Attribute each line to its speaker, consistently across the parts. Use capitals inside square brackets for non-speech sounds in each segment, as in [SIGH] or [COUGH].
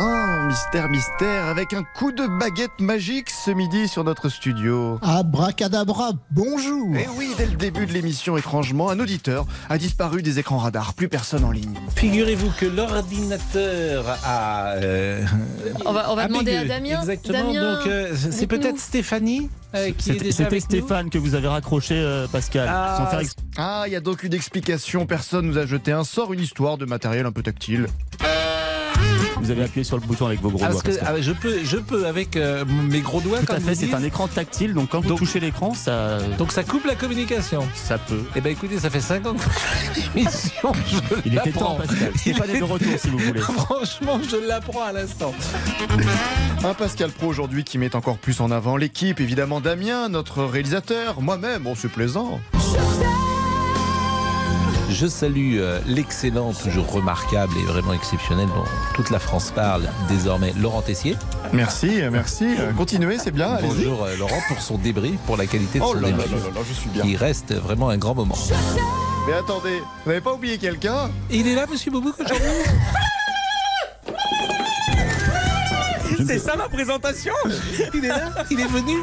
Speaker 1: Ah, mystère, mystère, avec un coup de baguette magique ce midi sur notre studio.
Speaker 2: Abracadabra, bonjour
Speaker 1: Eh oui, dès le début de l'émission, étrangement, un auditeur a disparu des écrans radars, plus personne en ligne.
Speaker 3: Figurez-vous que l'ordinateur a. euh,
Speaker 4: On va, on va
Speaker 3: a
Speaker 4: demander à
Speaker 3: bégayé.
Speaker 4: Damien.
Speaker 3: Exactement.
Speaker 4: Damien,
Speaker 3: Donc, euh, c'est
Speaker 4: dites-nous.
Speaker 3: peut-être Stéphanie euh, qui est
Speaker 5: C'était
Speaker 3: déjà
Speaker 5: c'était
Speaker 3: avec nous.
Speaker 5: Stéphane que vous avez raccroché, euh, Pascal.
Speaker 3: Ah,
Speaker 5: sans faire exprès.
Speaker 1: Ah, il y a donc une explication, personne nous a jeté un sort, une histoire de matériel un peu tactile.
Speaker 5: Vous avez appuyé sur le bouton avec vos gros
Speaker 3: Ah,
Speaker 5: doigts.
Speaker 3: parce que,
Speaker 5: Pascal.
Speaker 3: ah, je peux, je peux avec euh, mes gros doigts.
Speaker 5: Tout à
Speaker 3: comme
Speaker 5: fait,
Speaker 3: vous
Speaker 5: c'est
Speaker 3: dites.
Speaker 5: un écran tactile, donc quand vous
Speaker 3: Donc-
Speaker 5: touchez l'écran, ça,
Speaker 3: Donc ça coupe la communication.
Speaker 5: ça peut.
Speaker 3: Eh ben écoutez, ça fait 50 [LAUGHS] émissions. Je
Speaker 5: Il était
Speaker 3: l'apprends.
Speaker 5: temps, Pascal. Stéphane est de retour, si vous
Speaker 3: [LAUGHS]
Speaker 5: voulez.
Speaker 3: Franchement, je l'apprends à l'instant.
Speaker 1: Un Pascal Pro aujourd'hui qui met encore plus en avant l'équipe, évidemment Damien, notre réalisateur, moi-même, bon c'est plaisant.
Speaker 3: Je salue euh, l'excellent, toujours remarquable et vraiment exceptionnel dont toute la France parle désormais, Laurent Tessier.
Speaker 1: Merci, merci, Euh, continuez, c'est bien, allez-y.
Speaker 3: Bonjour euh, Laurent pour son débrief, pour la qualité de
Speaker 1: Oh
Speaker 3: son
Speaker 1: là là là
Speaker 3: débrief.
Speaker 1: là là, je suis bien.
Speaker 3: Il reste vraiment un grand moment.
Speaker 1: Mais attendez, vous n'avez pas oublié quelqu'un
Speaker 3: Il est là, monsieur Boubou, aujourd'hui
Speaker 6: C'est ça ma présentation Il est là Il est venu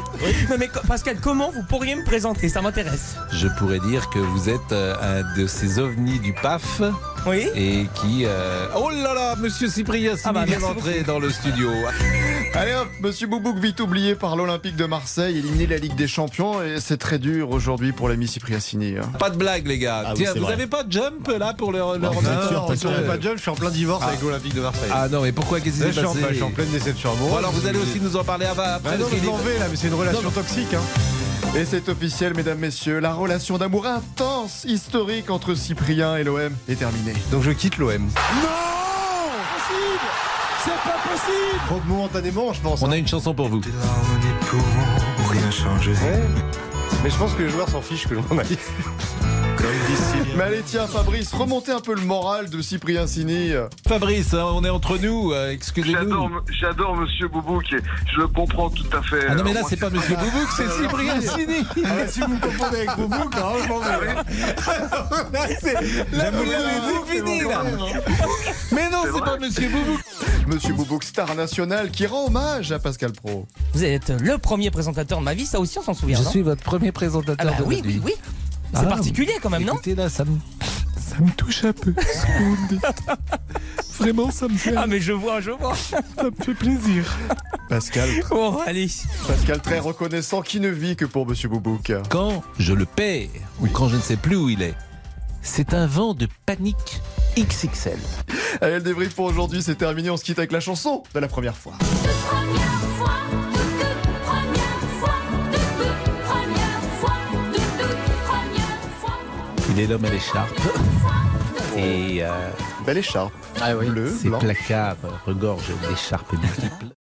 Speaker 6: Non mais co- Pascal, comment vous pourriez me présenter Ça m'intéresse.
Speaker 3: Je pourrais dire que vous êtes euh, un de ces ovnis du PAF
Speaker 6: Oui
Speaker 3: et qui. euh, Oh là là, monsieur Cyprien, si
Speaker 6: Ah bah,
Speaker 3: vient
Speaker 6: merci
Speaker 3: d'entrer dans le studio.
Speaker 1: Allez hop, Monsieur Boubouk, vite oublié par l'Olympique de Marseille, éliminé de la Ligue des Champions, et c'est très dur aujourd'hui pour l'ami Cypriacini. hein.
Speaker 3: Pas de blague, les gars.
Speaker 5: Ah oui,
Speaker 3: Tiens,
Speaker 5: c'est
Speaker 3: vous
Speaker 5: vrai.
Speaker 3: avez pas de jump là pour le. le-
Speaker 5: vous êtes sûr, Pascal
Speaker 7: je suis en plein divorce avec l'Olympique de Marseille.
Speaker 3: Ah non, mais pourquoi Qu'est-ce
Speaker 7: Là,
Speaker 3: qui
Speaker 7: je, suis
Speaker 3: s'est
Speaker 7: en, je
Speaker 3: passé
Speaker 7: suis en pleine déception amoureuse.
Speaker 3: Bon, alors vous allez aussi nous en parler avant. après,
Speaker 7: Bah non,
Speaker 3: parce
Speaker 7: mais
Speaker 3: qu'il
Speaker 7: je m'en
Speaker 3: est-
Speaker 7: vais là, mais c'est une relation toxique. Hein.
Speaker 1: Et c'est officiel, mesdames, messieurs, la relation d'amour intense, historique entre Cyprien et l'OM est terminée.
Speaker 7: Donc je quitte l'OM.
Speaker 3: C'est pas possible
Speaker 7: Donc momentanément, je pense.
Speaker 3: On a une chanson pour vous.
Speaker 7: Ouais. Mais je pense que les joueurs s'en fichent que je m'en aille.
Speaker 1: Mais allez, tiens, Fabrice, remontez un peu le moral de Cyprien Sini. euh,
Speaker 3: Fabrice, hein, on est entre nous, euh,
Speaker 8: J'adore,
Speaker 3: excusez-nous.
Speaker 8: j'adore Monsieur Boubouk, et je le comprends tout à fait.
Speaker 3: Ah non, mais là,
Speaker 8: Alors,
Speaker 3: c'est pas monsieur Boubouk, c'est Cyprien Sini.
Speaker 7: Ah, si vous me confondez avec vos boucles, hein, je m'en
Speaker 3: [LAUGHS]
Speaker 7: vais. là.
Speaker 3: Là, vous l'avez fini, là.
Speaker 7: hein.
Speaker 3: Mais non, c'est pas monsieur Boubouk.
Speaker 1: Monsieur Boubouk, star national, qui rend hommage à Pascal Pro.
Speaker 6: Vous êtes le premier présentateur de ma vie, ça aussi on s'en souvient, non
Speaker 3: votre premier présentateur
Speaker 6: Ah bah oui, oui, oui. C'est
Speaker 3: Ah,
Speaker 6: particulier quand même, [LAUGHS] non
Speaker 3: Écoutez, là, ça me, ça me touche un peu. ce que vous me dites. Vraiment, ça me, fait,
Speaker 6: Ah mais je vois, je vois.
Speaker 3: ça me fait plaisir.
Speaker 1: Pascal,
Speaker 6: Oh, allez.
Speaker 1: Pascal très reconnaissant, qui ne vit que pour Monsieur Boubouk.
Speaker 3: Quand je le perds, ou quand je ne sais plus où il est, c'est un vent de panique XXL.
Speaker 1: Allez, le débrief pour aujourd'hui, c'est terminé. On se quitte avec la chanson de la première fois.
Speaker 3: Il est l'homme à l'écharpe. Et euh,
Speaker 1: Belle écharpe.
Speaker 3: ah oui,
Speaker 1: Bleu,
Speaker 3: ses
Speaker 1: blanc.
Speaker 3: placards regorgent d'écharpes multiples.